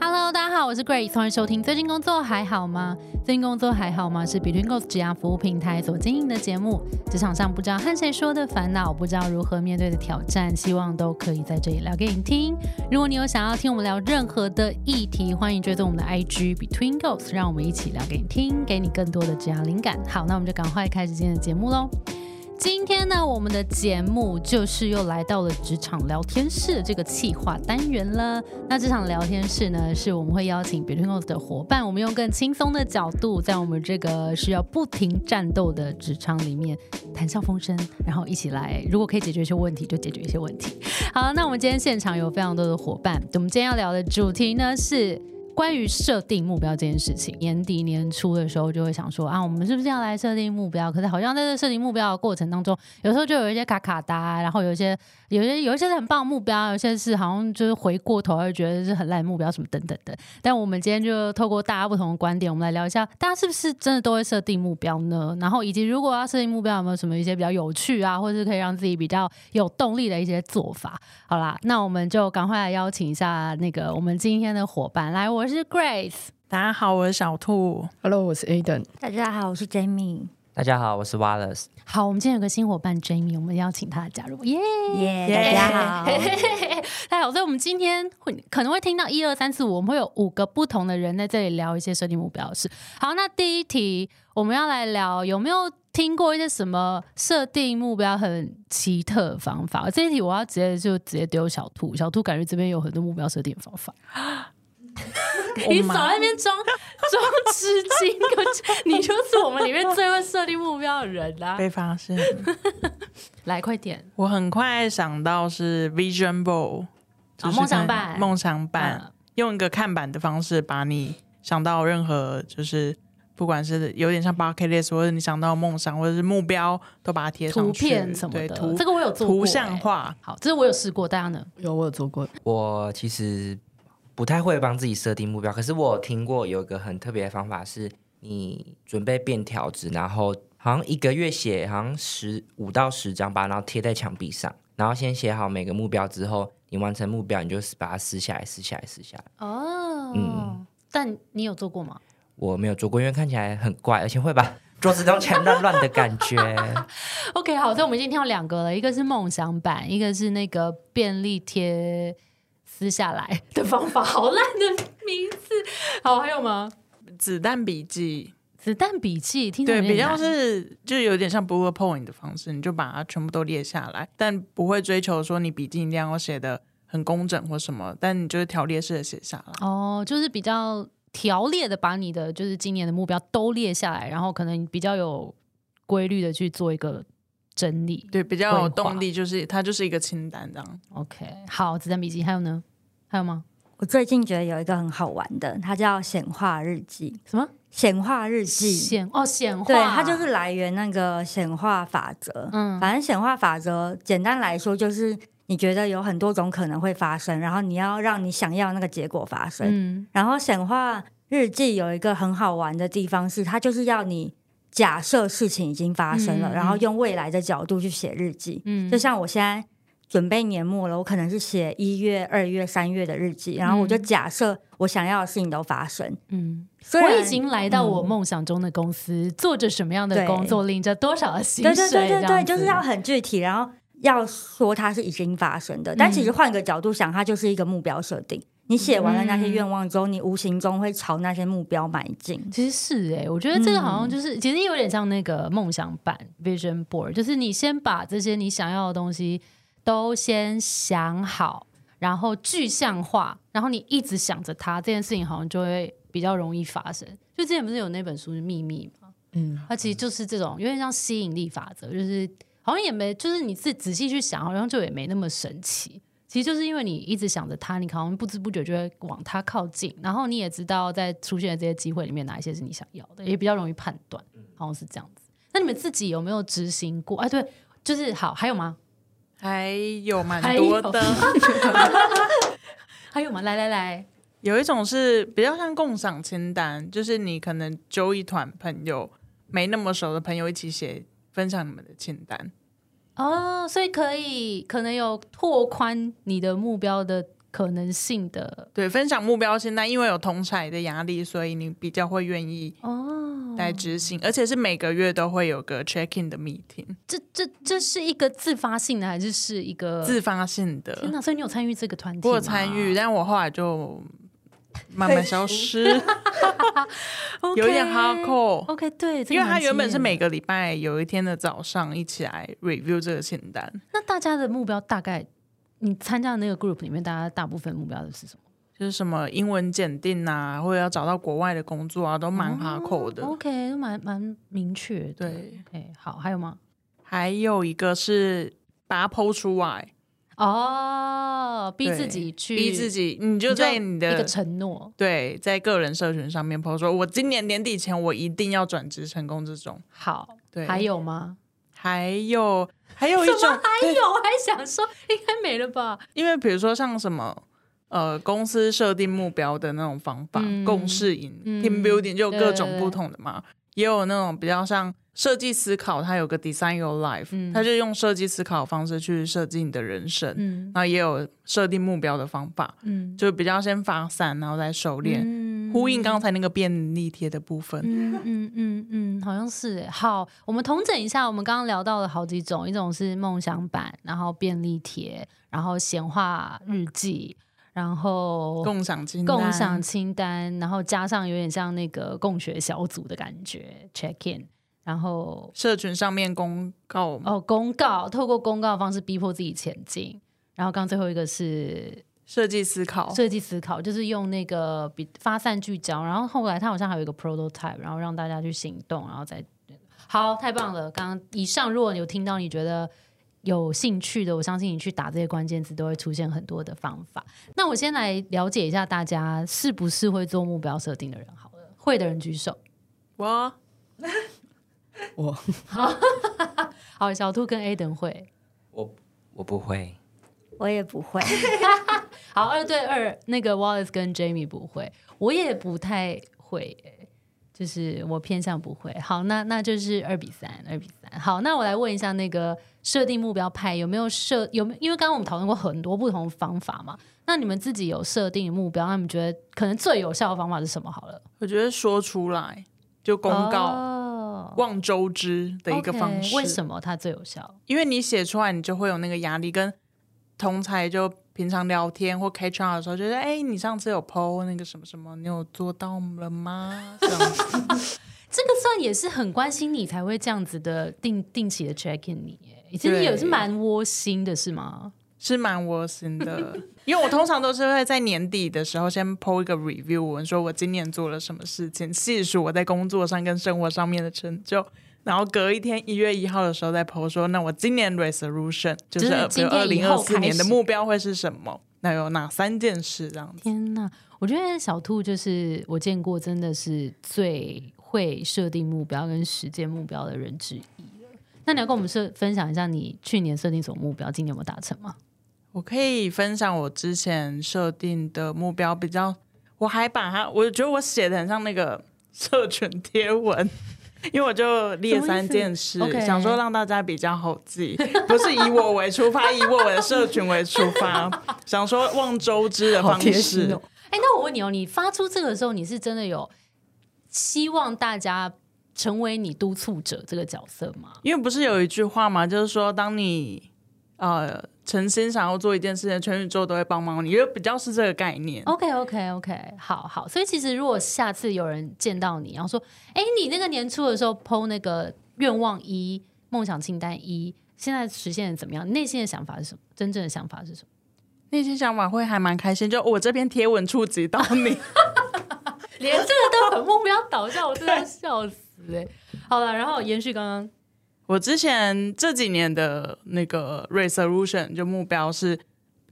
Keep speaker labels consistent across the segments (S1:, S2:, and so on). S1: Hello，大家好，我是 Grace，欢迎收听。最近工作还好吗？最近工作还好吗？是 Between Goals 职涯服务平台所经营的节目。职场上不知道和谁说的烦恼，不知道如何面对的挑战，希望都可以在这里聊给你听。如果你有想要听我们聊任何的议题，欢迎追踪我们的 IG Between Goals，让我们一起聊给你听，给你更多的职涯灵感。好，那我们就赶快开始今天的节目喽。今天呢，我们的节目就是又来到了职场聊天室这个企划单元了。那这场聊天室呢，是我们会邀请 Between Us 的伙伴，我们用更轻松的角度，在我们这个需要不停战斗的职场里面，谈笑风生，然后一起来，如果可以解决一些问题，就解决一些问题。好，那我们今天现场有非常多的伙伴，我们今天要聊的主题呢是。关于设定目标这件事情，年底年初的时候就会想说啊，我们是不是要来设定目标？可是好像在这设定目标的过程当中，有时候就有一些卡卡哒，然后有一些有一些有一些是很棒的目标，有些是好像就是回过头会觉得是很烂的目标什么等等的。但我们今天就透过大家不同的观点，我们来聊一下，大家是不是真的都会设定目标呢？然后以及如果要设定目标，有没有什么一些比较有趣啊，或者是可以让自己比较有动力的一些做法？好啦，那我们就赶快来邀请一下那个我们今天的伙伴，来，我是 Grace。
S2: 大家好，我是小兔。
S3: Hello，我是 Aden。
S4: 大家好，我是 Jamie，
S5: 大家好，我是 Wallace。
S1: 好，我们今天有个新伙伴 Jamie，我们邀请他加入，耶、
S4: 耶、
S2: 耶
S4: 大家好，
S1: 太好，所以我 们今天会可能会听到一二三四五，我们会有五个不同的人在这里聊一些设定目标的事。好，那第一题我们要来聊有没有听过一些什么设定目标很奇特的方法？这一题我要直接就直接丢小兔，小兔感觉这边有很多目标设定的方 法。 你少在那边装装吃惊，我就 你就是我们里面最会设定目标的人啦、
S2: 被发现，
S1: 来，快点，
S2: 我很快想到是 Vision Board，就是
S1: 哦梦想
S2: 看
S1: 板
S2: 梦想板、
S1: 嗯
S2: 用一个看板的方式把你想到任何就是。不管是有点像 bucket list，或者你想到梦想，或者是目标，都把它贴上
S1: 图
S2: 去
S1: 片什么的
S2: 对，图
S1: 这个我有做过、
S2: 图像
S1: 欸。
S2: 化，
S1: 好，这个我有试过，大家呢？
S3: 有我有做过，
S5: 我其实不太会帮自己设定目标，可是我有听过有一个很特别的方法是，你准备便条纸，然后好像一个月写好像十五到十张吧，然后贴在墙壁上，然后先写好每个目标之后，你完成目标，你就把它撕下来，撕下来，撕下来。
S1: 哦，
S5: 嗯
S1: 但你有做过吗？
S5: 我没有做过，因为看起来很怪，而且会把桌子弄起来乱乱的感觉。
S1: OK，好，所以我们已经听到两个了，一个是梦想版，一个是那个便利贴撕下来的方法，好烂的名字。好，还有吗？
S2: 子弹笔记，
S1: 子弹笔记听起来
S2: 对，
S1: 有
S2: 比
S1: 点
S2: 较
S1: 难
S2: 是就有点像 bullet point 的方式，你就把它全部都列下来，但不会追求说你笔记一定要写的很工整或什么，但你就是条列式的写下来。
S1: 哦，就是比较条列的把你的就是今年的目标都列下来，然后可能比较有规律的去做一个整理。
S2: 对，比较有
S1: 规划
S2: 动力，就是它就是一个清单这样。
S1: OK，好，子弹笔记还有呢？还有吗？
S4: 我最近觉得有一个很好玩的，它叫显化日记，
S1: 什么
S4: 显化日记，
S1: 显哦显化？
S4: 对，它就是来源那个显化法则。
S1: 嗯
S4: 反正显化法则简单来说就是。你觉得有很多种可能会发生，然后你要让你想要那个结果发生。
S1: 嗯
S4: 然后显化日记有一个很好玩的地方是，它就是要你假设事情已经发生了，
S1: 嗯嗯
S4: 然后用未来的角度去写日记。
S1: 嗯
S4: 就像我现在准备年末了，我可能是写一月、二月、三月的日记，然后我就
S1: 嗯
S4: 假设我想要的事情都发生。
S1: 嗯，
S4: 虽
S1: 我
S4: 然嗯
S1: 已经来到我梦想中的公司，做着什么样的
S4: 对
S1: 工作，领着多少的薪
S4: 对
S1: 水，
S4: 对对对
S1: 这样
S4: 对，
S1: 子
S4: 就是要很具体，然后要说它是已经发生的。但其实换个角度想，它就是一个目标设定。你写完了那些
S1: 嗯
S4: 愿望之后，你无形中会朝那些目标迈进。
S1: 其实是哎、我觉得这个好像就是，其实有点像那个梦想版 vision board，就是你先把这些你想要的东西都先想好，然后具象化，然后你一直想着它，这件事情好像就会比较容易发生。就之前不是有那本书是《秘密》吗？
S3: 嗯，
S1: 它其实就是这种有点像吸引力法则，就是好像也没，就是你自己仔细去想，好像就也没那么神奇。其实就是因为你一直想着它，你好像不知不觉就会往它靠近，然后你也知道在出现的这些机会里面哪一些是你想要的，也比较容易判断，
S2: 嗯
S1: 好像是这样子。那你们自己有没有执行过？哎、对，就是好，还有吗？
S2: 还有蛮
S1: 还
S2: 多
S1: 有
S2: 的，
S1: 还有吗？来来来，
S2: 有一种是比较像共享清单，就是你可能揪一团朋友，没那么熟的朋友一起写，分享你们的清单。
S1: 哦，所以可以可能有拓宽你的目标的可能性的
S2: 对，分享目标清单，因为有同彩的压力，所以你比较会愿意
S1: 哦。
S2: 来执行，而且是每个月都会有个 check in 的 meeting，
S1: 这这这是一个自发性的，还是是一个
S2: 自发性的。
S1: 呃天哪！所以你有参与这个团体？
S2: 我有参与，。但我后来就慢慢 消失，有一点 hardcore。
S1: OK，对，这个
S2: 因为他
S1: 蛮
S2: 原本是
S1: 惊艳的
S2: 每个礼拜有一天的早上一起来 review 这个清单，
S1: 那大家的目标大概，你参加的那个 group 里面，大家大部分目标都是什么？
S2: 就是什么英文检定啊，或者要找到国外的工作啊，都
S1: 哦
S2: 蛮 hardcore 的。
S1: OK，都蛮蛮明确的。
S2: 对
S1: ，OK，好，还有吗？
S2: 还有一个是把它剖出来，
S1: 哦，逼
S2: 对
S1: 自己去，
S2: 逼自，己，你就在你
S1: 一个
S2: 的
S1: 承诺。
S2: 对，在个人社群上面 PO 说，我今年年底前我一定要转职成功。这种
S1: 好，
S2: 对
S1: 还有吗？
S2: 还有还有一种，
S1: 还有，我还想说应该没了吧？
S2: 因为比如说像什么呃公司设定目标的那种方法，
S1: 嗯
S2: 共事营、
S1: 嗯
S2: team building 就有各
S1: 对对
S2: 种
S1: 对
S2: 不同的嘛，也有那种比较像设计思考，它有个 design your life，、
S1: 嗯
S2: 它就用设计思考的方式去设计你的人生。
S1: 嗯
S2: 那也有设定目标的方法，
S1: 嗯，
S2: 就比较先发散，然后再收敛，
S1: 嗯
S2: 呼应刚才那个便利贴的部分。
S1: 嗯嗯嗯嗯，好像是耶。好，我们统整一下，我们刚刚聊到了好几种，一种是梦想版，然后便利贴，然后闲话日记，然后
S2: 共享清单，
S1: 哦共享清单，然后加上有点像那个共学小组的感觉 check in，然后
S2: 社群上面公告，
S1: 哦公告，透过公告的方式逼迫自己前进。然后刚最后一个是
S2: 设计思考，
S1: 设计思考，就是用那个比发散聚焦。然后后来他好像还有一个 prototype，然后让大家去行动，然后再好，太棒了！刚刚以上如果你有听到你觉得有兴趣的，我相信你去打这些关键字都会出现很多的方法。那我先来了解一下大家是不是会做目标设定的人好了，会的人举手。
S2: 哇，
S3: 我
S1: 好，小兔跟 A 等会。
S5: 我我不会，
S4: 我也不会。
S1: 好，二对二，那个 Wallace 跟 Jamie 不会，我也不太会、欸就是我偏向不会。好，那那就是二比三，二比三。好，那我来问一下那个设定目标派有没有设有没有？因为刚刚我们讨论过很多不同的方法嘛，那你们自己有设定目标，那你们觉得可能最有效的方法是什么？好了，
S2: 我觉得说出来就公告，
S1: 哦
S2: 望周知的一个方
S1: OK，
S2: 式。
S1: 为什么它最有效？
S2: 因为你写出来，你就会有那个压力。跟同才就平常聊天或 catch up 的时候，就是哎，你上次有 PO 那个什么什么，你有做到了吗？这样子
S1: 这个算也是很关心你才会这样子的定定期的 check in 你耶，其实
S2: 对
S1: 也是蛮窝心的，是吗？
S2: 是蛮窝心的。 因为我通常都是会在年底的时候先 PO 一个 review 文，说我今年做了什么事情，细数我在工作上跟生活上面的成就。然后隔一天，一月一号的时候再 PO 说，那我今年 resolution
S1: 就
S2: 就呃
S1: 是是今天
S2: 二
S1: 以
S2: 零
S1: 后
S2: 二
S1: 开始
S2: 四年的目标会是什么？那有哪三件事这样子？
S1: 天呐，我觉得小兔就是我见过真的是最会设定目标跟实践目标的人之一了。那你要跟我们设分享一下你去年设定什么目标，今年有没有达成吗？
S2: 我可以分享我之前设定的目标，比较我还把它，我觉得我写的很像那个 社群贴文。因为我就列三件事
S1: 什么意思 OK
S2: 想说让大家比较好记，不是以我为出发，以我的社群为出发，想说望周知的
S3: 好
S2: 方
S3: 贴心
S2: 式
S3: 哦。，
S1: 哎，那我问你哦，你发出这个的时候，你是真的有希望大家成为你督促者这个角色吗？
S2: 因为不是有一句话嘛，就是说，当你呃诚心想要做一件事情，全宇宙都会帮忙你，就比较是这个概念。
S1: OK OK OK，好好。所以其实如果下次有人见到你，然后说：“哎，你那个年初的时候剖那个愿望一、梦想清单一，现在实现的怎么样？”内心的想法是什么？真正的想法是什么？
S2: 内心想法会还蛮开心，就我这篇贴文触及到你，
S1: 连这个都很目标导向，我真的要笑死哎、好了，然后延续刚刚，
S2: 我之前这几年的那个 resolution 就目标是，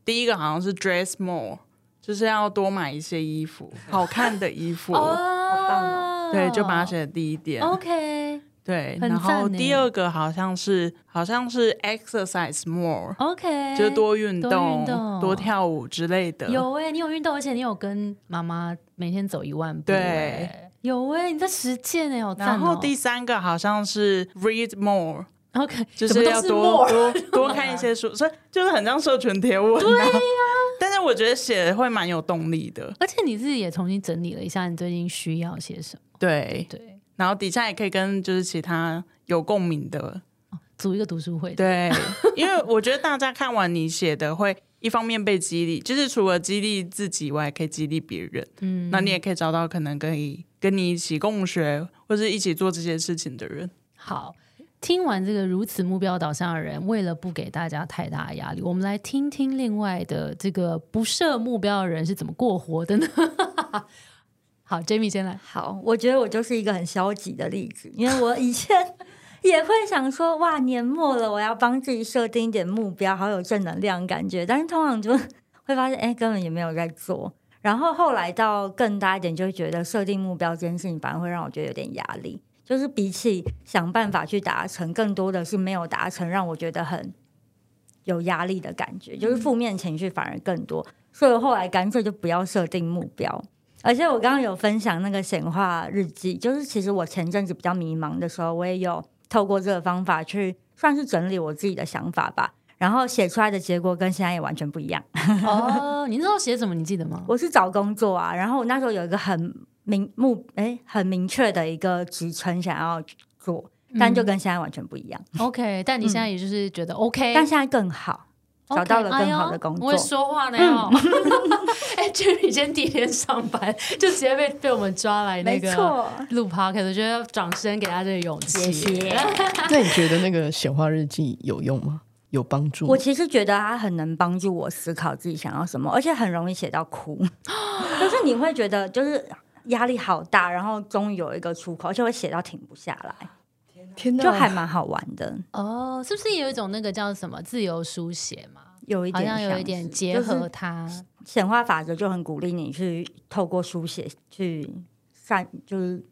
S2: 第一个好像是 dress more，就是要多买一些衣服，好看的衣服，
S1: 哦
S2: 对，就把它写的第一点。
S1: OK
S2: 对，
S1: 哦很
S2: 然后
S1: 赞欸
S2: 第二个好像是好像是 exercise more，、
S1: OK，
S2: 就是多运
S1: 哎多
S2: 动、
S1: 运动
S2: 多跳舞之类的。
S1: 有哎、你有运动，而且你有跟妈妈每天走一万步、
S2: 对
S1: 哎有哎、你在实践哎、好赞哦、
S2: 然后第三个好像是 read more，
S1: OK，
S2: 就
S1: 怎么都
S2: 要
S1: 是
S2: 多
S1: more
S2: 啊多多看一些书，所以就是很像社群贴文。对呀、但是是我觉得写会蛮有动力的，
S1: 而且你自己也重新整理了一下，你最近需要些什么？
S2: 对。
S1: 对，
S2: 然后底下也可以跟就是其他有共鸣的，
S1: 组一个读书会。，
S2: 对，因为我觉得大家看完你写的会。一方面被激励，就是除了激励自己以外，也可以激励别人。
S1: 嗯
S2: 那你也可以找到可能可以跟你一起共学，或是一起做这些事情的人。
S1: 好。听完这个如此目标导向的人，为了不给大家太大的压力，我们来听听另外的这个不设目标的人是怎么过活的呢？ 好，Jamie 先 来。
S4: 好，我觉得我就是一个很消极的例子，因为我以前也会想说，哇，年末了，我要帮自己设定一点目标，好有正能量感觉。但是通常就会发现，哎，根本也没有在做。然后后来到更大一点，就会觉得设定目标这件事情反而会让我觉得有点压力。就是比起想办法去达成，更多的是没有达成，让我觉得很有压力的感觉，就是负面情绪反而更多。所以我后来干脆就不要设定目标。而且我刚刚有分享那个显化日记，就是其实我前阵子比较迷茫的时候，我也有透过这个方法去算是整理我自己的想法吧。然后写出来的结果跟现在也完全不一样。
S1: 哦，你那时候写什么？你记得吗？
S4: 我是找工作啊，然后我那时候有一个很明目哎很明确的一个职称想要做，但
S1: 嗯
S4: 就跟现在完全不一样。
S1: OK，但你现在也就是觉得 OK，
S4: 嗯但现在更好，找到了
S1: OK，
S4: 更好的工
S1: 哎呦
S4: 作。嗯
S1: 我会说话呢哦。 哎，Jerry 今天第一天上班，就直接被被我们抓来那
S4: 没
S1: 个
S4: 错，
S1: 录 podcast，我觉得掌声给他这个勇气。
S4: 谢谢。
S3: 那你觉得那个显化日记有用吗？有帮
S1: 嗯
S3: 助吗？
S4: 我其实觉得它很能帮助我思考自己想要什么，而且很容易写到哭， 就是你会觉得就是压力好大，然后终于有一个出口，而且会写到停不下来，
S3: 天哪，
S4: 就还蛮好玩的，
S1: 哦，是不是也有一种那个叫什么自由书写嘛？
S4: 有一
S1: 好
S4: 点
S1: 像有一点结
S4: 像是
S1: 合它。
S4: 就是显化法则，就很鼓励你去透过书写去散，就是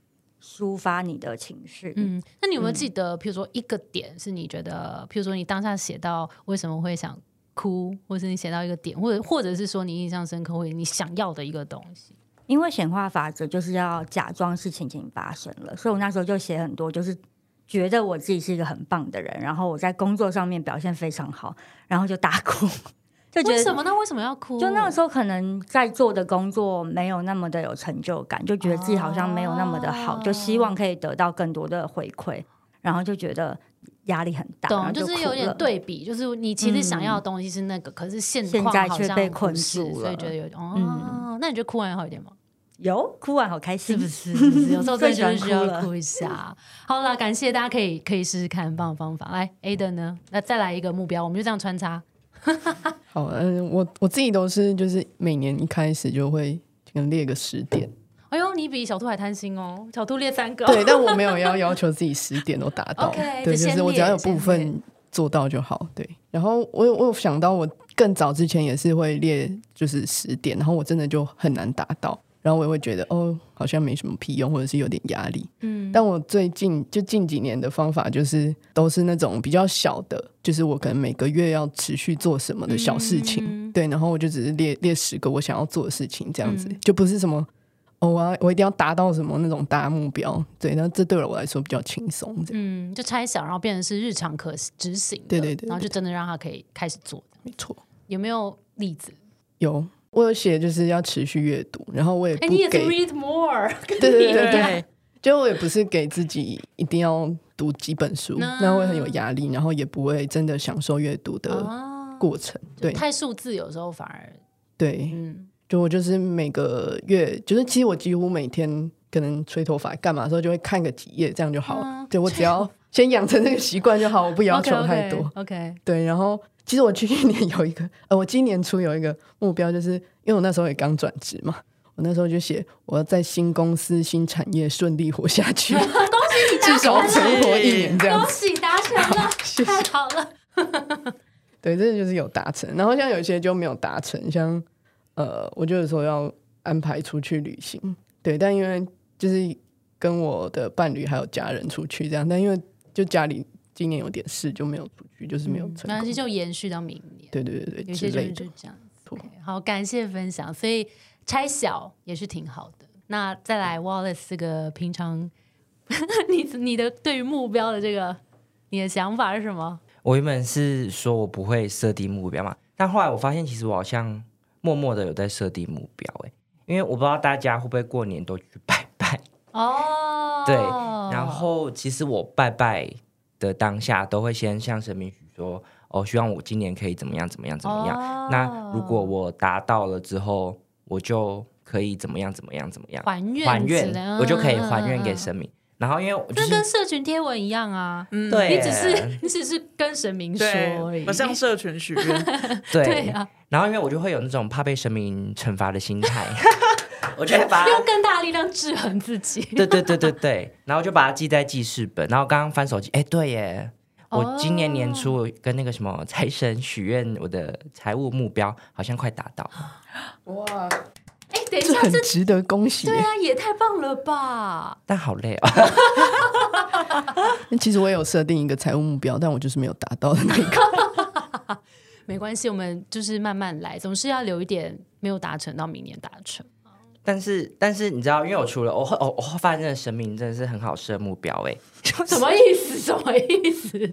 S4: 抒发你的情绪。
S1: 嗯，那你有没有记得，譬如说一个点是你觉得，譬如说你当下写到为什么会想哭，或是你写到一个点，或者或者是说你印象深刻，或者你想要的一个东西？
S4: 因为显化法则就是要假装事情已经发生了，所以我那时候就写很多，就是觉得我自己是一个很棒的人，然后我在工作上面表现非常好，然后就大哭，就觉
S1: 为什
S4: 得。
S1: 么？那为什么要哭？
S4: 就那个时候，可能在做的工作没有那么的有成就感，就觉得自己好像没有那么的好，
S1: 哦
S4: 就希望可以得到更多的回馈，然后就觉得压力很大，然后
S1: 懂，就是
S4: 哭
S1: 有点
S4: 了。
S1: 对比，就是你其实想要的东西是那个，可是现况
S4: 现在
S1: 好
S4: 却
S1: 像
S4: 被
S1: 不
S4: 困
S1: 是
S4: 住
S1: 所以
S4: 了嗯
S1: 觉得有哦。那你觉得哭完好一点吗？
S4: 有哭完好开心，
S1: 是不是？是不是有时候真
S4: 最
S1: 的就是需
S4: 喜欢哭
S1: 要
S4: 了。
S1: 哭一下。好啦，感谢大家可以可以试试看，很棒的方法。来，Ada 呢？那再来一个目标，我们就这样穿插。
S3: 好，嗯，我我自己都是就是每年一开始就会可能列个十 点，
S1: 哎呦，你比小兔还贪心哦！小兔列三个、
S3: 对，但我没有要要求自己十点都达到
S1: OK，
S3: 对，
S1: 就
S3: 就
S1: 先
S3: 是我只要有
S1: 列先
S3: 部
S1: 列
S3: 分做到就好，对。然后我有我有想到，我更早之前也是会列就是十点，然后我真的就很难达到，然后我也会觉得哦，好像没什么屁用，或者是有点压力。
S1: 嗯，
S3: 但我最近就近几年的方法，就是都是那种比较小的，就是我可能每个月要持续做什么的小事情，
S1: 嗯
S3: 对，然后我就只是列列十个我想要做的事情，这样
S1: 嗯
S3: 子、就不是什么哦，我要我一定要达到什么那种大目标，对，那这对我来说比较轻松，这样、
S1: 嗯，就拆小，然后变成是日常可执行的，
S3: 对对对
S1: 然后就真的让他可以开始做。
S3: 没错。
S1: 有没有例子？
S3: 有我有写就是要持续阅读，然后我也
S1: 哎、
S3: 不
S1: 你
S3: 给，
S1: 也是 read more，
S3: 对对对对对，
S2: 对，
S3: 就我也不是给自己一定要读几本书，
S1: 那
S3: 那会很有压力，然后也不会真的享受阅读的
S1: 啊，
S3: 过程，对
S1: 太数字有时候反而
S3: 对。
S1: 嗯，
S3: 就我就是每个月，就是其实我几乎每天可能吹头发干嘛的时候就会看个几页，这样就好了
S1: 嗯。
S3: 对我只要先养成这个习惯就好，我不 要求太多。
S1: OK，, o k
S3: 对，然后其实我去年有一个，呃，我今年初有一个目标，就是因为我那时候也刚转职嘛，我那时候就写我要在新公司、新产业顺利活 下去， 至少存活一年这样
S1: 恭
S3: 子。
S1: 喜达成了，
S3: 谢谢
S1: 太好了。
S3: 对，这就是有达成。然后像有些就没有达成，像呃，我就有时候要安排出去旅行，对，但因为就是跟我的伴侣还有家人出去这样，但因为就家里今年有点事，就没有出去，就是没有成
S1: 嗯没关
S3: 功。
S1: 系，就延续到明年。
S3: 对对对
S1: 有
S3: 对，
S1: 些
S3: 之
S1: 就
S3: 类
S1: 是
S3: 的
S1: 就。这样子。OK，好，感谢分享，所以拆小也是挺好的。那再
S3: 嗯
S1: 来 Wallace 这个平常， 你你的对于目标的这个你的想法是什么？
S5: 我原本是说我不会设定目标嘛，但后来我发现其实我好像默默的有在设定目标、欸，因为我不知道大家会不会过年都去拜拜，
S1: 哦，
S5: 对，然后其实我拜拜的当下都会先向神明许说，哦，希望我今年可以怎么样怎么样怎么样。
S1: 哦
S5: 那如果我达到了之后，我就可以怎么样怎么样怎么样
S1: 还愿
S5: 还
S1: 之类
S5: 愿，我就可以还愿给。
S1: 嗯嗯嗯嗯
S5: 神明。然后因为我就
S1: 这
S5: 是
S1: 跟社群贴文一样啊，
S2: 嗯
S5: 对
S1: 你只是你只是跟神明说而
S2: 对，
S1: 已，
S2: 不像社群许愿，
S1: 对啊，
S5: 然后因为我就会有那种怕被神明惩罚的心态， 我就会把它
S1: 用更大的力量制衡自己。
S5: 对对对对对，然后就把它记在记事本。然后刚刚翻手机，哎，对耶，我今年年初我跟那个什么财神许愿，我的财务目标好像快达到了。
S3: 哇，
S1: 哎，等一
S3: 这
S1: 下，
S3: 很
S1: 这
S3: 值得恭喜耶
S1: 对。啊，也太棒了吧！
S5: 但好累哦，
S3: 那其实我也有设定一个财务目标，但我就是没有达到的 那个。
S1: 没关系，我们就是慢慢来，总是要留一点没有达成到明年达成。
S5: 但是但是你知道，因为我除了我后我我后发现真的神明真的是很好设目标哎，
S1: 什么意思？什么意思？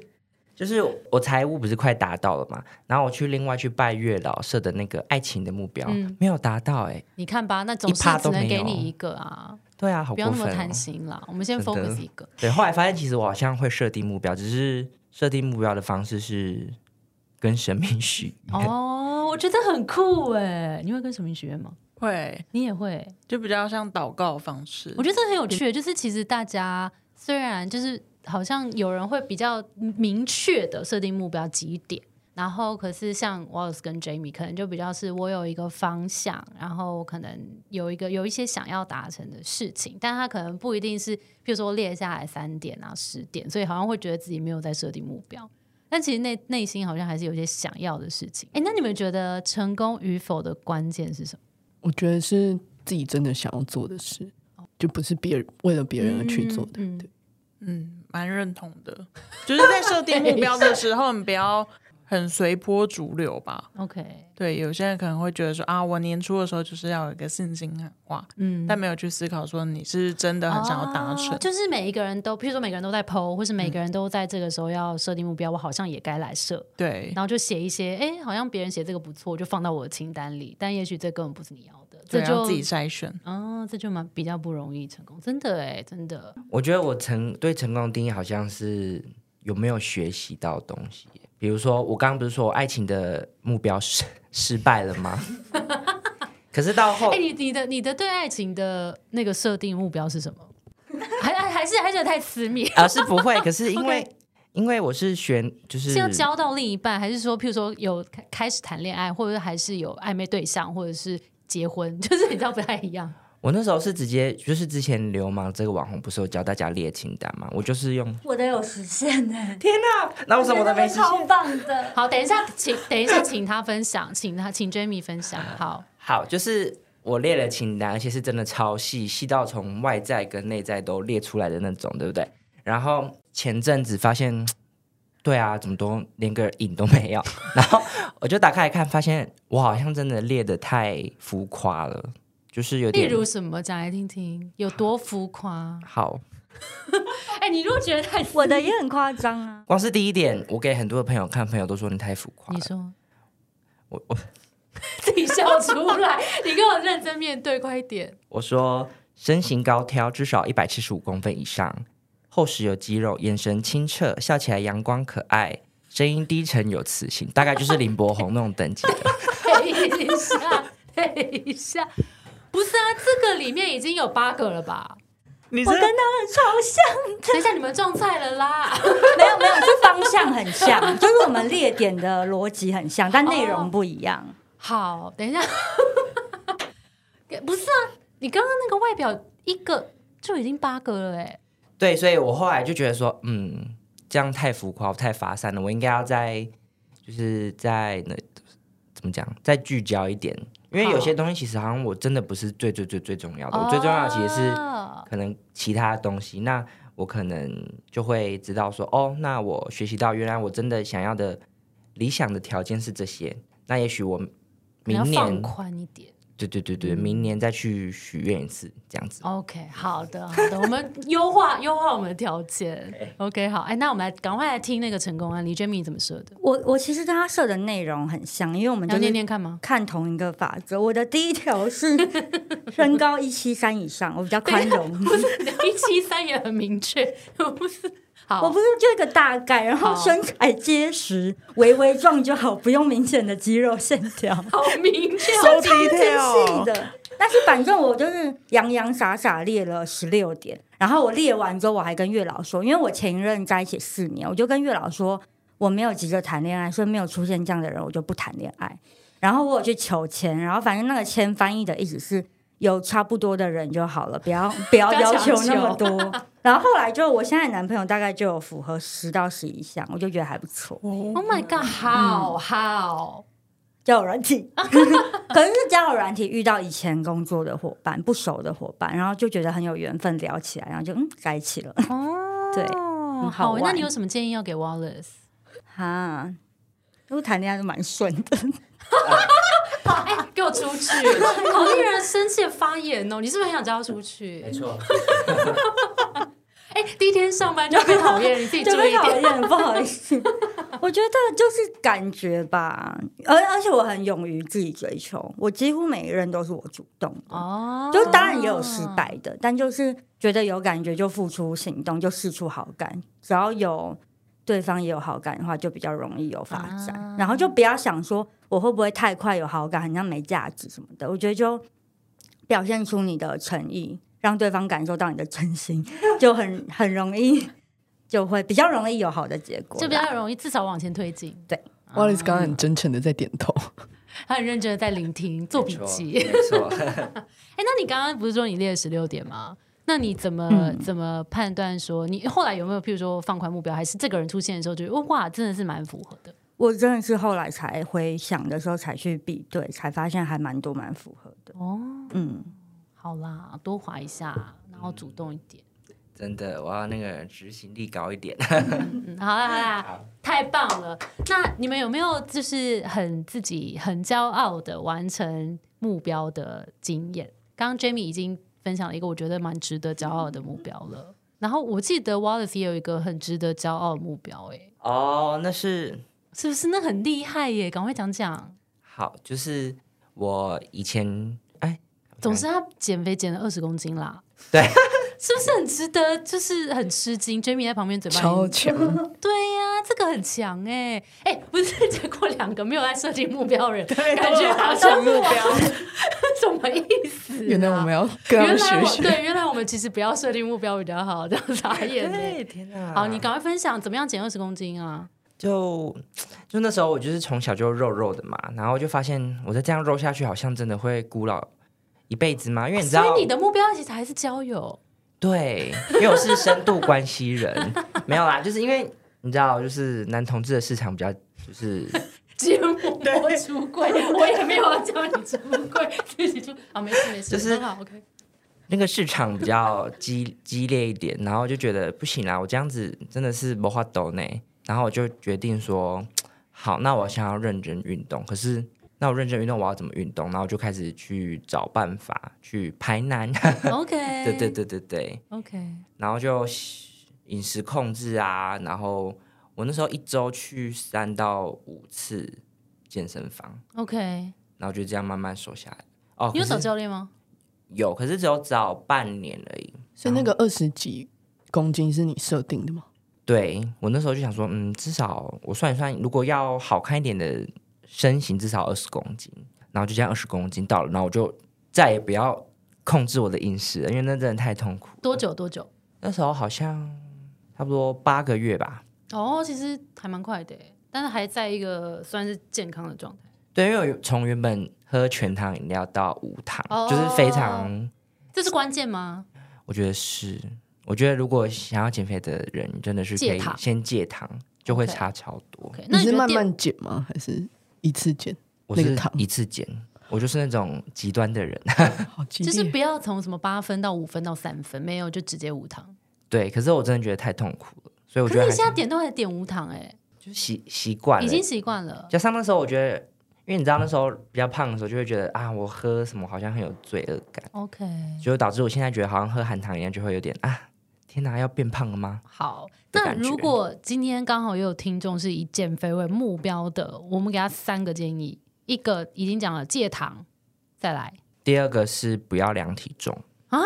S5: 就是我财务不是快达到了嘛，然后我去另外去拜月老设的那个爱情的目标、
S1: 嗯
S5: 没有达到哎，
S1: 你看吧，那总是
S5: 一趴
S1: 只
S5: 都没
S1: 能给
S5: 有
S1: 你一个啊，
S5: 对啊，好
S1: 不
S5: 过
S1: 要那
S5: 分、
S1: 么
S5: 哦
S1: 贪。心啦。我们先
S5: 真的
S1: focus 一 个。
S5: 对，后来发现其实我好像会设定目标，只是设定目标的方式是跟神明许愿。
S1: 哦，我觉得很酷哎！你会跟神明许愿吗？
S2: 会
S1: 你也会？
S2: 就比较像祷告方式。
S1: 我觉得这很有趣，就是其实大家虽然就是好像有人会比较明确的设定目标几点，然后可是像 Wallace 跟 Jamie 可能就比较是我有一个方向，然后可能有一个有一些想要达成的事情，但他可能不一定是，譬如说列下来三点啊十点，所以好像会觉得自己没有在设定目标。但其实内内心好像还是有一些想要的事情。哎，那你们觉得成功与否的关键是什么？
S3: 我觉得是自己真的想要做的事，就不是别人为了别人而去做的。
S1: 嗯嗯
S3: 对，
S2: 嗯，蛮认同的，就是在设定目 标的时候，你不要很随波逐流吧。
S1: OK，
S2: 对，有些人可能会觉得说啊，我年初的时候就是要有一个信心喊话，
S1: 嗯
S2: 但没有去思考说你是真的很想要达成。嗯
S1: 哦就是每一个人都，譬如说每个人都在 PO，或是每个人都在这个时候要设定目标，我好像也该来设，
S2: 对
S1: 然后就写一些，哎，好像别人写这个不错，就放到我的清单里，但也许这根本不是你要的，这
S2: 对，要
S1: 就
S2: 自己筛选。
S1: 哦，这就蛮比较不容易成功，真的哎，真的，
S5: 我觉得我成对成功的定义好像是有没有学习到东西耶。比如说，我刚刚不是说我爱情的目标失失败了吗？ 可是到后
S2: 哦
S1: 哎，你你的你的对爱情的那个设定目标是什么？ 还还还是还是有点太私密，
S5: 啊、是不会，可是因为 因为我是选就是
S1: 是要交到另一半，还是说譬如说有开开始谈恋爱，或者还是有暧昧对象，或者是结婚， 就是你知道不太一样。
S5: 我那时候是直接就是之前流氓这个网红不是有教大家列清单吗？我就是用
S4: 我都有实现呢、
S5: 天哪，那为什么我都没实现？
S4: 超棒的。
S1: 好，等一下，请等一下，请他分享，请他请 Jamie 分享。好，
S5: 好，就是我列了清单，而且是真的超细，细到从外在跟内在都列出来的那种，对不对？然后前阵子发现，对啊，怎么都连个影都没有。 然后我就打开来看，发现我好像真的列的太浮夸了，就是有
S1: 例
S5: 点
S1: 如什么，讲来听听，有多浮夸？
S5: 好。
S1: 啊哎、你如果觉得太，
S4: 我的也很夸张啊，
S5: 光是第一点，我给很多的朋友看，朋友都说你太浮夸
S1: 你
S5: 了。
S1: 说
S5: 我我
S1: 自己笑出来，你跟我认真面对，快一 点。
S5: 我说身形高挑，至少一百七十五公分以上，厚实有肌肉，眼神清澈，笑起来阳光可爱，声音低沉有磁性，大概就是林柏宏那种等级的。
S1: 等一下，等一下，不是啊，这个里面已经有八个了吧？
S2: 你是
S4: 我跟他们超像，
S1: 等一下，你们中菜了 啦！
S4: 没有没有，是方向很 像，就是我们列点的逻辑很像，但内容不一样。
S1: 好，等一 下，不是啊，你刚刚那个外表一个就已经八个了、哎。
S5: 对，所以我后来就觉得说，嗯，这样太浮夸，太发散了，我应该要在就是在那怎么讲，再聚焦一点，因为有些东西其实好像我真的不是最最最最重要的，我最重要的其实是。
S1: 哦
S5: 可能其他东西，那我可能就会知道说，哦，那我学习到原来我真的想要的理想的条件是这些，那也许我
S1: 你要
S5: 明
S1: 放嗯
S5: 年
S1: 宽一点。
S5: 对对对对，明年再去许愿一次，这样子。
S1: OK，好的，好的，我们优化优化我们的条件。OK，好，哎，那我们来赶快来听那个成功案例，Jamie 怎么说的？
S4: 我我其实跟他设的内容很像，因为我们
S1: 你
S4: 就
S1: 要念
S4: 是
S1: 念看 吗？
S4: 看同一个法则。我的第一条 是身高一七三以上，我比较宽容。
S1: 一七三也很明确， 我不是
S4: 我
S1: 好
S4: 不是就一个大概，然后
S1: 好
S4: 身材结实，微微壮就好，不用明显的肌肉线条。
S1: 好明确，
S2: So
S4: 细
S2: detail，
S4: 的。但是反正我就是洋洋洒洒列了十六点，然后我列完之后，我还跟月老说，因为我前任在一起四年，我就跟月老说我没有急着谈恋爱，所以没有出现这样的人，我就不谈恋爱。然后我有去求签，然后反正那个签翻译的意思是有差不多的人就好了，不要 不要
S1: 不要
S4: 要
S1: 强
S4: 求
S1: 求
S4: 那么多。然后后来就我现在男朋友大概就有符合十到十一项，我就觉得还不错。
S2: 哦
S1: ，Oh my God，好好，
S4: 交友软体，可能是交友软体遇到以前工作的伙伴、不熟的伙伴，然后就觉得很有缘分，聊起来，然后就嗯在一起了。
S1: 哦，
S4: 对
S1: 好
S4: 很好玩
S1: 那你有什么建议要给 Wallace？
S4: 哈，因为谈恋爱都蛮顺的，
S1: 哎，给我出去！好令人生气的发言哦，你是不是很想叫他出去？
S5: 错，
S1: 哎，第一天上班就被讨厌，你自己注
S4: 就
S1: 意
S4: 被
S1: 一
S4: 讨
S1: 点。
S4: 厌，不好意思。我觉得就是感觉吧，而而且我很勇于自己追求，我几乎每一任都是我主动的。
S1: 哦
S4: 就当然也有失败的，但就是觉得有感觉就付出行动，就试出好感。只要有对方也有好感的话，就比较容易有发展。
S1: 啊
S4: 然后就不要想说我会不会太快有好感，好像没价值什么的。我觉得就表现出你的诚意，让对方感受到你的真心，就很很容易就会比较容易有好的结果啦。
S1: 就比较容易，至少往前推进。
S4: 对
S1: 啊，
S3: Wallace 刚刚很真诚的在点头，
S1: 他很认真的在聆听，做笔记。
S5: 没错。 没错
S1: 哎、那你刚刚不是说你列了十六点吗？那你怎么、
S4: 嗯
S1: 怎么判断说你后来有没有，譬如说放宽目标，还是这个人出现的时候觉得哇，真的是蛮符合的？
S4: 我真的是后来才回想的时候才去比对，才发现还蛮多蛮符合的。
S1: 哦，
S4: 嗯。
S1: 好啦，多划一下，然后主动一点。
S5: 真的，我要那个执行力高一点。
S1: 嗯，好啦好啦，太棒了。那你们有没有就是很自己很骄傲的完成目标的经验？刚刚 Jamie 已经分享了一个我觉得蛮值得骄傲的目标了。然后我记得 Wallace 也有一个很值得骄傲的目标、哎。
S5: 哦，那是
S1: 是不是？那很厉害耶！赶快讲讲。
S5: 好，就是我以前哎，
S1: 总之，他减肥减了二十公斤啦，
S5: 对，
S1: 是不是很值得？就是很吃惊。Jamie 在旁边嘴巴
S3: 超
S1: 已经
S3: 强。
S1: 对呀、这个很强哎哎，不是，结果两个没有在设定目标的人，感觉好像目标， 什么意思、啊？
S3: 原来我们要跟他
S1: 原
S3: 们
S1: 来
S3: 学
S1: 我
S3: 学。
S1: 对，原来我们其实不要设定目标比较好，这样傻眼哎。
S5: 天哪
S1: 好，你赶快分享怎么样减二十公斤啊？
S5: 就就那时候我就是从小就肉肉的嘛，然后就发现我再这样肉下去，好像真的会孤老一辈子吗？因为你知道，
S1: 所以你的目标其实还是交友。
S5: 对，因为我是深度关系人，没有啦，就是因为你知道，就是男同志的市场比较就是
S1: 节目播出柜，我也没有要叫你节目柜，自己就啊，没事没事，
S5: 就是
S1: 很好 OK。
S5: 那个市场比较激激烈一点，然后就觉得不行啦，我这样子真的是没法抖呢。然后我就决定说，好，那我想要认真运动。可是，那我认真运动，我要怎么运动？然后我就开始去找办法去排难。
S1: OK，
S5: 对对对对对，
S1: ，OK，
S5: 然后就饮食控制啊，然后我那时候一周去三到五次健身房，
S1: OK，
S5: 然后就这样慢慢瘦下来。哦，
S1: 你有
S5: 可
S1: 找
S5: 是
S1: 教练吗？
S5: 有，可是只有找半年而已。
S3: 所以那个二十几公斤是你设定的吗？
S5: 对我那时候就想说，嗯，至少我算一算，如果要好看一点的身形，至少二十公斤。然后就这样二十公斤到了，然后我就再也不要控制我的饮食了，因为那真的太痛苦。
S1: 多久多久？
S5: 那时候好像差不多八个月吧。
S1: 哦，其实还蛮快的耶，但是还在一个算是健康的状态。
S5: 对，因为我有从原本喝全糖饮料到无糖，
S1: 哦
S5: 就是非常，
S1: 这是关键吗？
S5: 我觉得是，我觉得如果想要减肥的人，真的是可
S1: 戒
S5: 以
S1: 糖
S5: 先戒糖，就会
S1: OK
S5: 差超多。
S1: OK，那
S3: 你
S1: 你
S3: 是
S1: 觉得
S3: 慢
S1: 淀
S3: 慢减吗？还是一次减？
S5: 我
S3: 那个
S5: 是
S3: 糖
S5: 一次减，我就是那种极端的人。
S3: 好激
S1: 就是
S3: 烈！
S1: 不要从什么八分到五分到三分，没有就直接无糖。
S5: 对，可是我真的觉得太痛苦了，所以我
S1: 可
S5: 觉得
S1: 是
S5: 还
S1: 你
S5: 是
S1: 现在点都还点无糖哎，
S5: 就习习惯了，
S1: 已经习惯了。
S5: 加上那时候我觉得，因为你知道那时候比较胖的时候，就会觉得啊，我喝什么好像很有罪恶感，
S1: OK，
S5: 就导致我现在觉得好像喝含糖饮料就会有点啊，天哪，要变胖了吗？
S1: 好。
S5: 的
S1: 那
S5: 感
S1: 如
S5: 觉
S1: 果今天刚好也有听众是以减肥为目标的，我们给他三个建议：一个已经讲了戒糖，再来
S5: 第二个是不要量体重，
S1: 好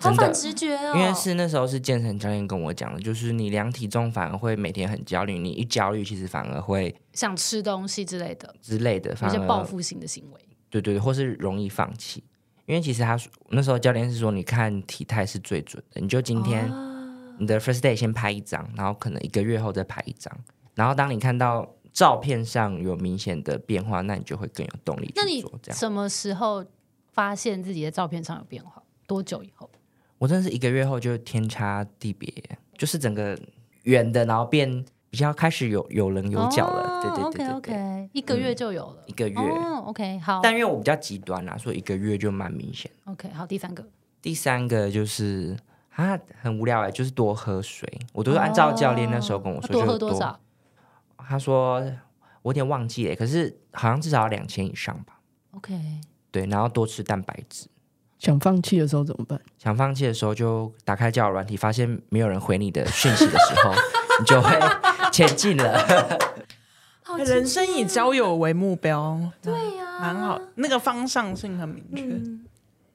S5: 真的
S1: 反直觉哦，
S5: 因为是那时候是健身教练跟我讲的，就是你量体重反而会每天很焦虑，你一焦虑其实反而会
S1: 想吃东西之类的，
S5: 之类的，
S1: 有
S5: 反
S1: 些报
S5: 而
S1: 复性的行为。
S5: 对对对，或是容易放弃。因为其实他说那时候教练是说，你看体态是最准的，你就今天、
S1: 哦
S5: 你的 first day 先拍一张，然后可能一个月后再拍一张，然后当你看到照片上有明显的变化，那你就会更有动力
S1: 那
S5: 去
S1: 你
S5: 做这样。
S1: 什么时候发现自己的照片上有变化？多久以后？
S5: 我真的是一个月后就天差地别，就是整个圆的，然后变比较开始有有棱有角了。对对对对对。
S1: o k 哦 OK，一个月就有了，
S5: 一个月
S1: 哦，OK，好，
S5: 但因为我比较极端啦，所以一个月就蛮明显。
S1: OK，好，第三个，
S5: 第三个就是啊，很无聊哎、就是多喝水。我都是按照教练那时候跟我说，
S1: 哦多
S5: 就
S1: 喝
S5: 是
S1: 多少？？
S5: 他说我有点忘记了，可是好像至少要两千以上吧。
S1: OK，
S5: 对，然后多吃蛋白质。
S3: 想放弃的时候怎么办？
S5: 想放弃的时候，就打开交友软体，发现没有人回你的讯息的时 候，你就会前进了。
S1: 好啊
S2: 人生以交友为目标，对呀，蛮好，那个方向性很明
S1: 嗯
S2: 确。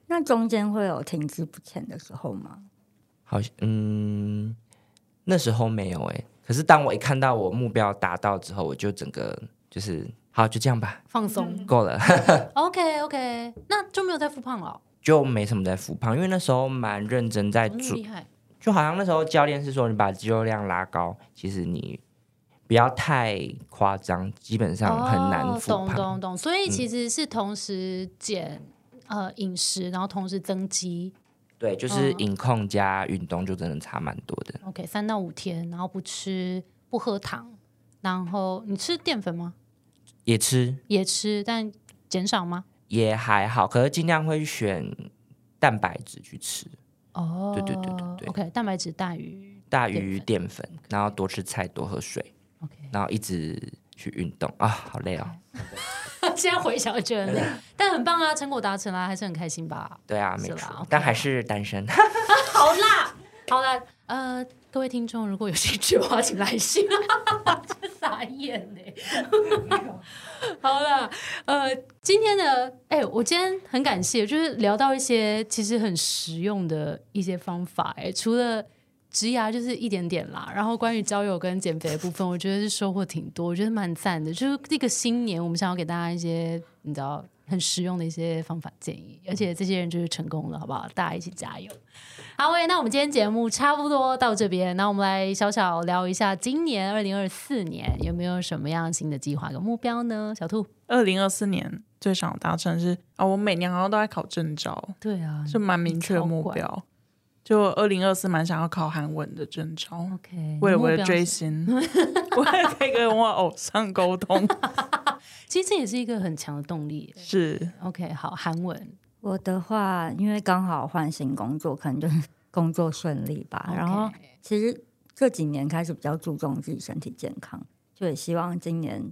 S4: 那中间会有停滞不前的时候吗？
S5: 好，嗯，那时候没有哎、可是当我一看到我目标达到之后，我就整个就是好，就这样吧，
S1: 放松、
S5: 够了。
S1: o k OK，那就没有再复胖了哦，
S5: 就没什么在复胖，因为那时候蛮认真在
S1: 嗯
S5: 做
S1: 厉，害，
S5: 就好像那时候教练是说你把肌肉量拉高，其实你不要太夸张，基本上很难
S1: 哦
S5: 复
S1: 懂
S5: 胖。嗯
S1: 懂懂，所以其实是同时减、呃饮食，然后同时增肌
S5: 对，就是
S1: 嗯
S5: 饮控加运动就真的差蛮多的。
S1: ，OK，三到五天，然后不吃不喝糖，然后你吃淀粉吗？
S5: 也吃
S1: 也吃，但减少吗？
S5: 也还好，可是尽量会选蛋白质去吃，
S1: 哦，
S5: 对对对对对
S1: o k 蛋白质大于
S5: 大于淀粉，然后多吃菜，多喝水，
S1: OK。
S5: 然后一直去运动啊，好累 哦。
S1: 现在回想觉得很 累，但很棒啊，成果达成啦，还是很开心吧。
S5: 对啊，没
S1: 是啦
S5: 错
S1: OK，
S5: 但还是单身。
S1: 好啦，好啦，呃，各位听众如果有兴趣的话，请来信。这 傻眼呢、 好了，呃，今天的哎、我今天很感谢，就是聊到一些其实很实用的一些方法、哎，除了。植牙就是一点点啦，然后关于交友跟减肥的部分，我觉得是收获挺多，我觉得蛮赞的。就是这个新年，我们想要给大家一些你知道很实用的一些方法建议，而且这些人就是成功了，好不好？大家一起加油！好喂，那我们今天节目差不多到这边，那我们来小小聊一下今年二零二四年有没有什么样新的计划跟目标呢？小兔，
S2: 二零二四年最想达成是啊、我每年好像都在考证照，
S1: 对啊
S2: 是蛮明确的目标。就二零二四蛮想要考韩文的证照，
S1: ，OK，
S2: 为了
S1: 你
S2: 我
S1: 目
S2: 的
S1: 标是
S2: 追 星，我也可以跟我偶像沟通。
S1: 其实这也是一个很强的动力耶。
S2: 是
S1: OK，好，韩文
S4: 我的话，因为刚好换新工作，可能就是工作顺利吧。然后
S1: OK
S4: 其实这几年开始比较注重自己身体健康，就也希望今年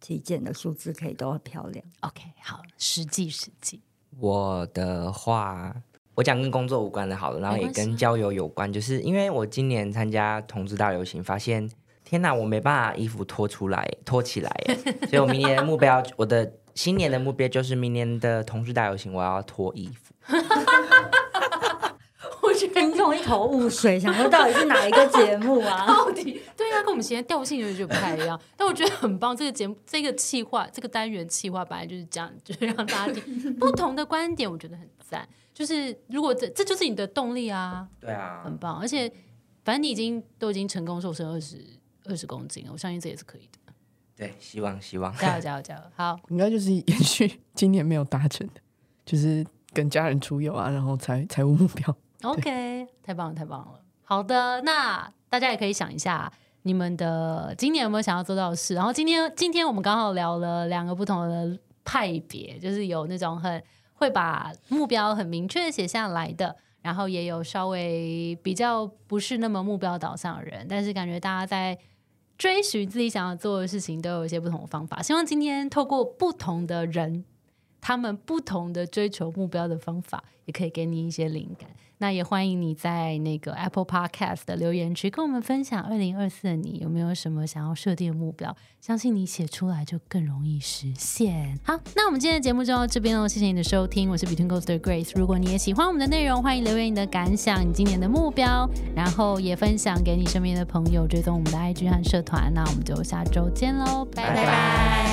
S4: 体检的数字可以都很漂 亮。
S1: OK，好，实际实际，
S5: 我的话，我讲跟工作无关的好了，然后
S1: 没
S5: 也
S1: 关系啊
S5: 跟交友有关，就是因为我今年参加同志大游行，发现天哪，我没办法衣服脱出来，脱起来耶，所以我明年的目标，我的新年的目标就是明年的同志大游行，我要脱衣服。
S4: 我觉得听众一头雾水，想说到底是哪一个节目 啊？
S1: 到底对啊，跟我们现在调性有点不太一样，但我觉得很棒。这个节目、这个企划、这个单元企划本来就是这样，就是让大家听不同的观点，我觉得很赞。就是如果这这就是你的动力啊，
S5: 对啊
S1: 很，棒。而且反正你已经都已经成功瘦身二十二十公斤了，我相信这也是可以的。
S5: 对，希望希望。
S1: 加油加油加油！好，
S3: 应该就是延续今年没有达成的，就是跟家人出游啊，然后财财务目标。
S1: OK，太棒了，太棒了。好的，那大家也可以想一下，你们的今年有没有想要做到的事？然后今天，今天我们刚好聊了两个不同的派别，就是有那种很会把目标很明确的写下来的，然后也有稍微比较不是那么目标导向的人，但是感觉大家在。追寻自己想要做的事情都有一些不同的方法。希望今天透过不同的人，他们不同的追求目标的方法，也可以给你一些灵感。那也欢迎你在那个 Apple Podcast 的留言区跟我们分享，二零二四的你有没有什么想要设定的目标？相信你写出来就更容易实现。好，那我们今天的节目就到这边喽，哦谢谢你的收听，我是 Between Ghost 的 Grace。如果你也喜欢我们的内容，欢迎留言你的感想，你今年的目标，然后也分享给你身边的朋友，追踪我们的 IG 和社团。那我们就下周见喽，拜拜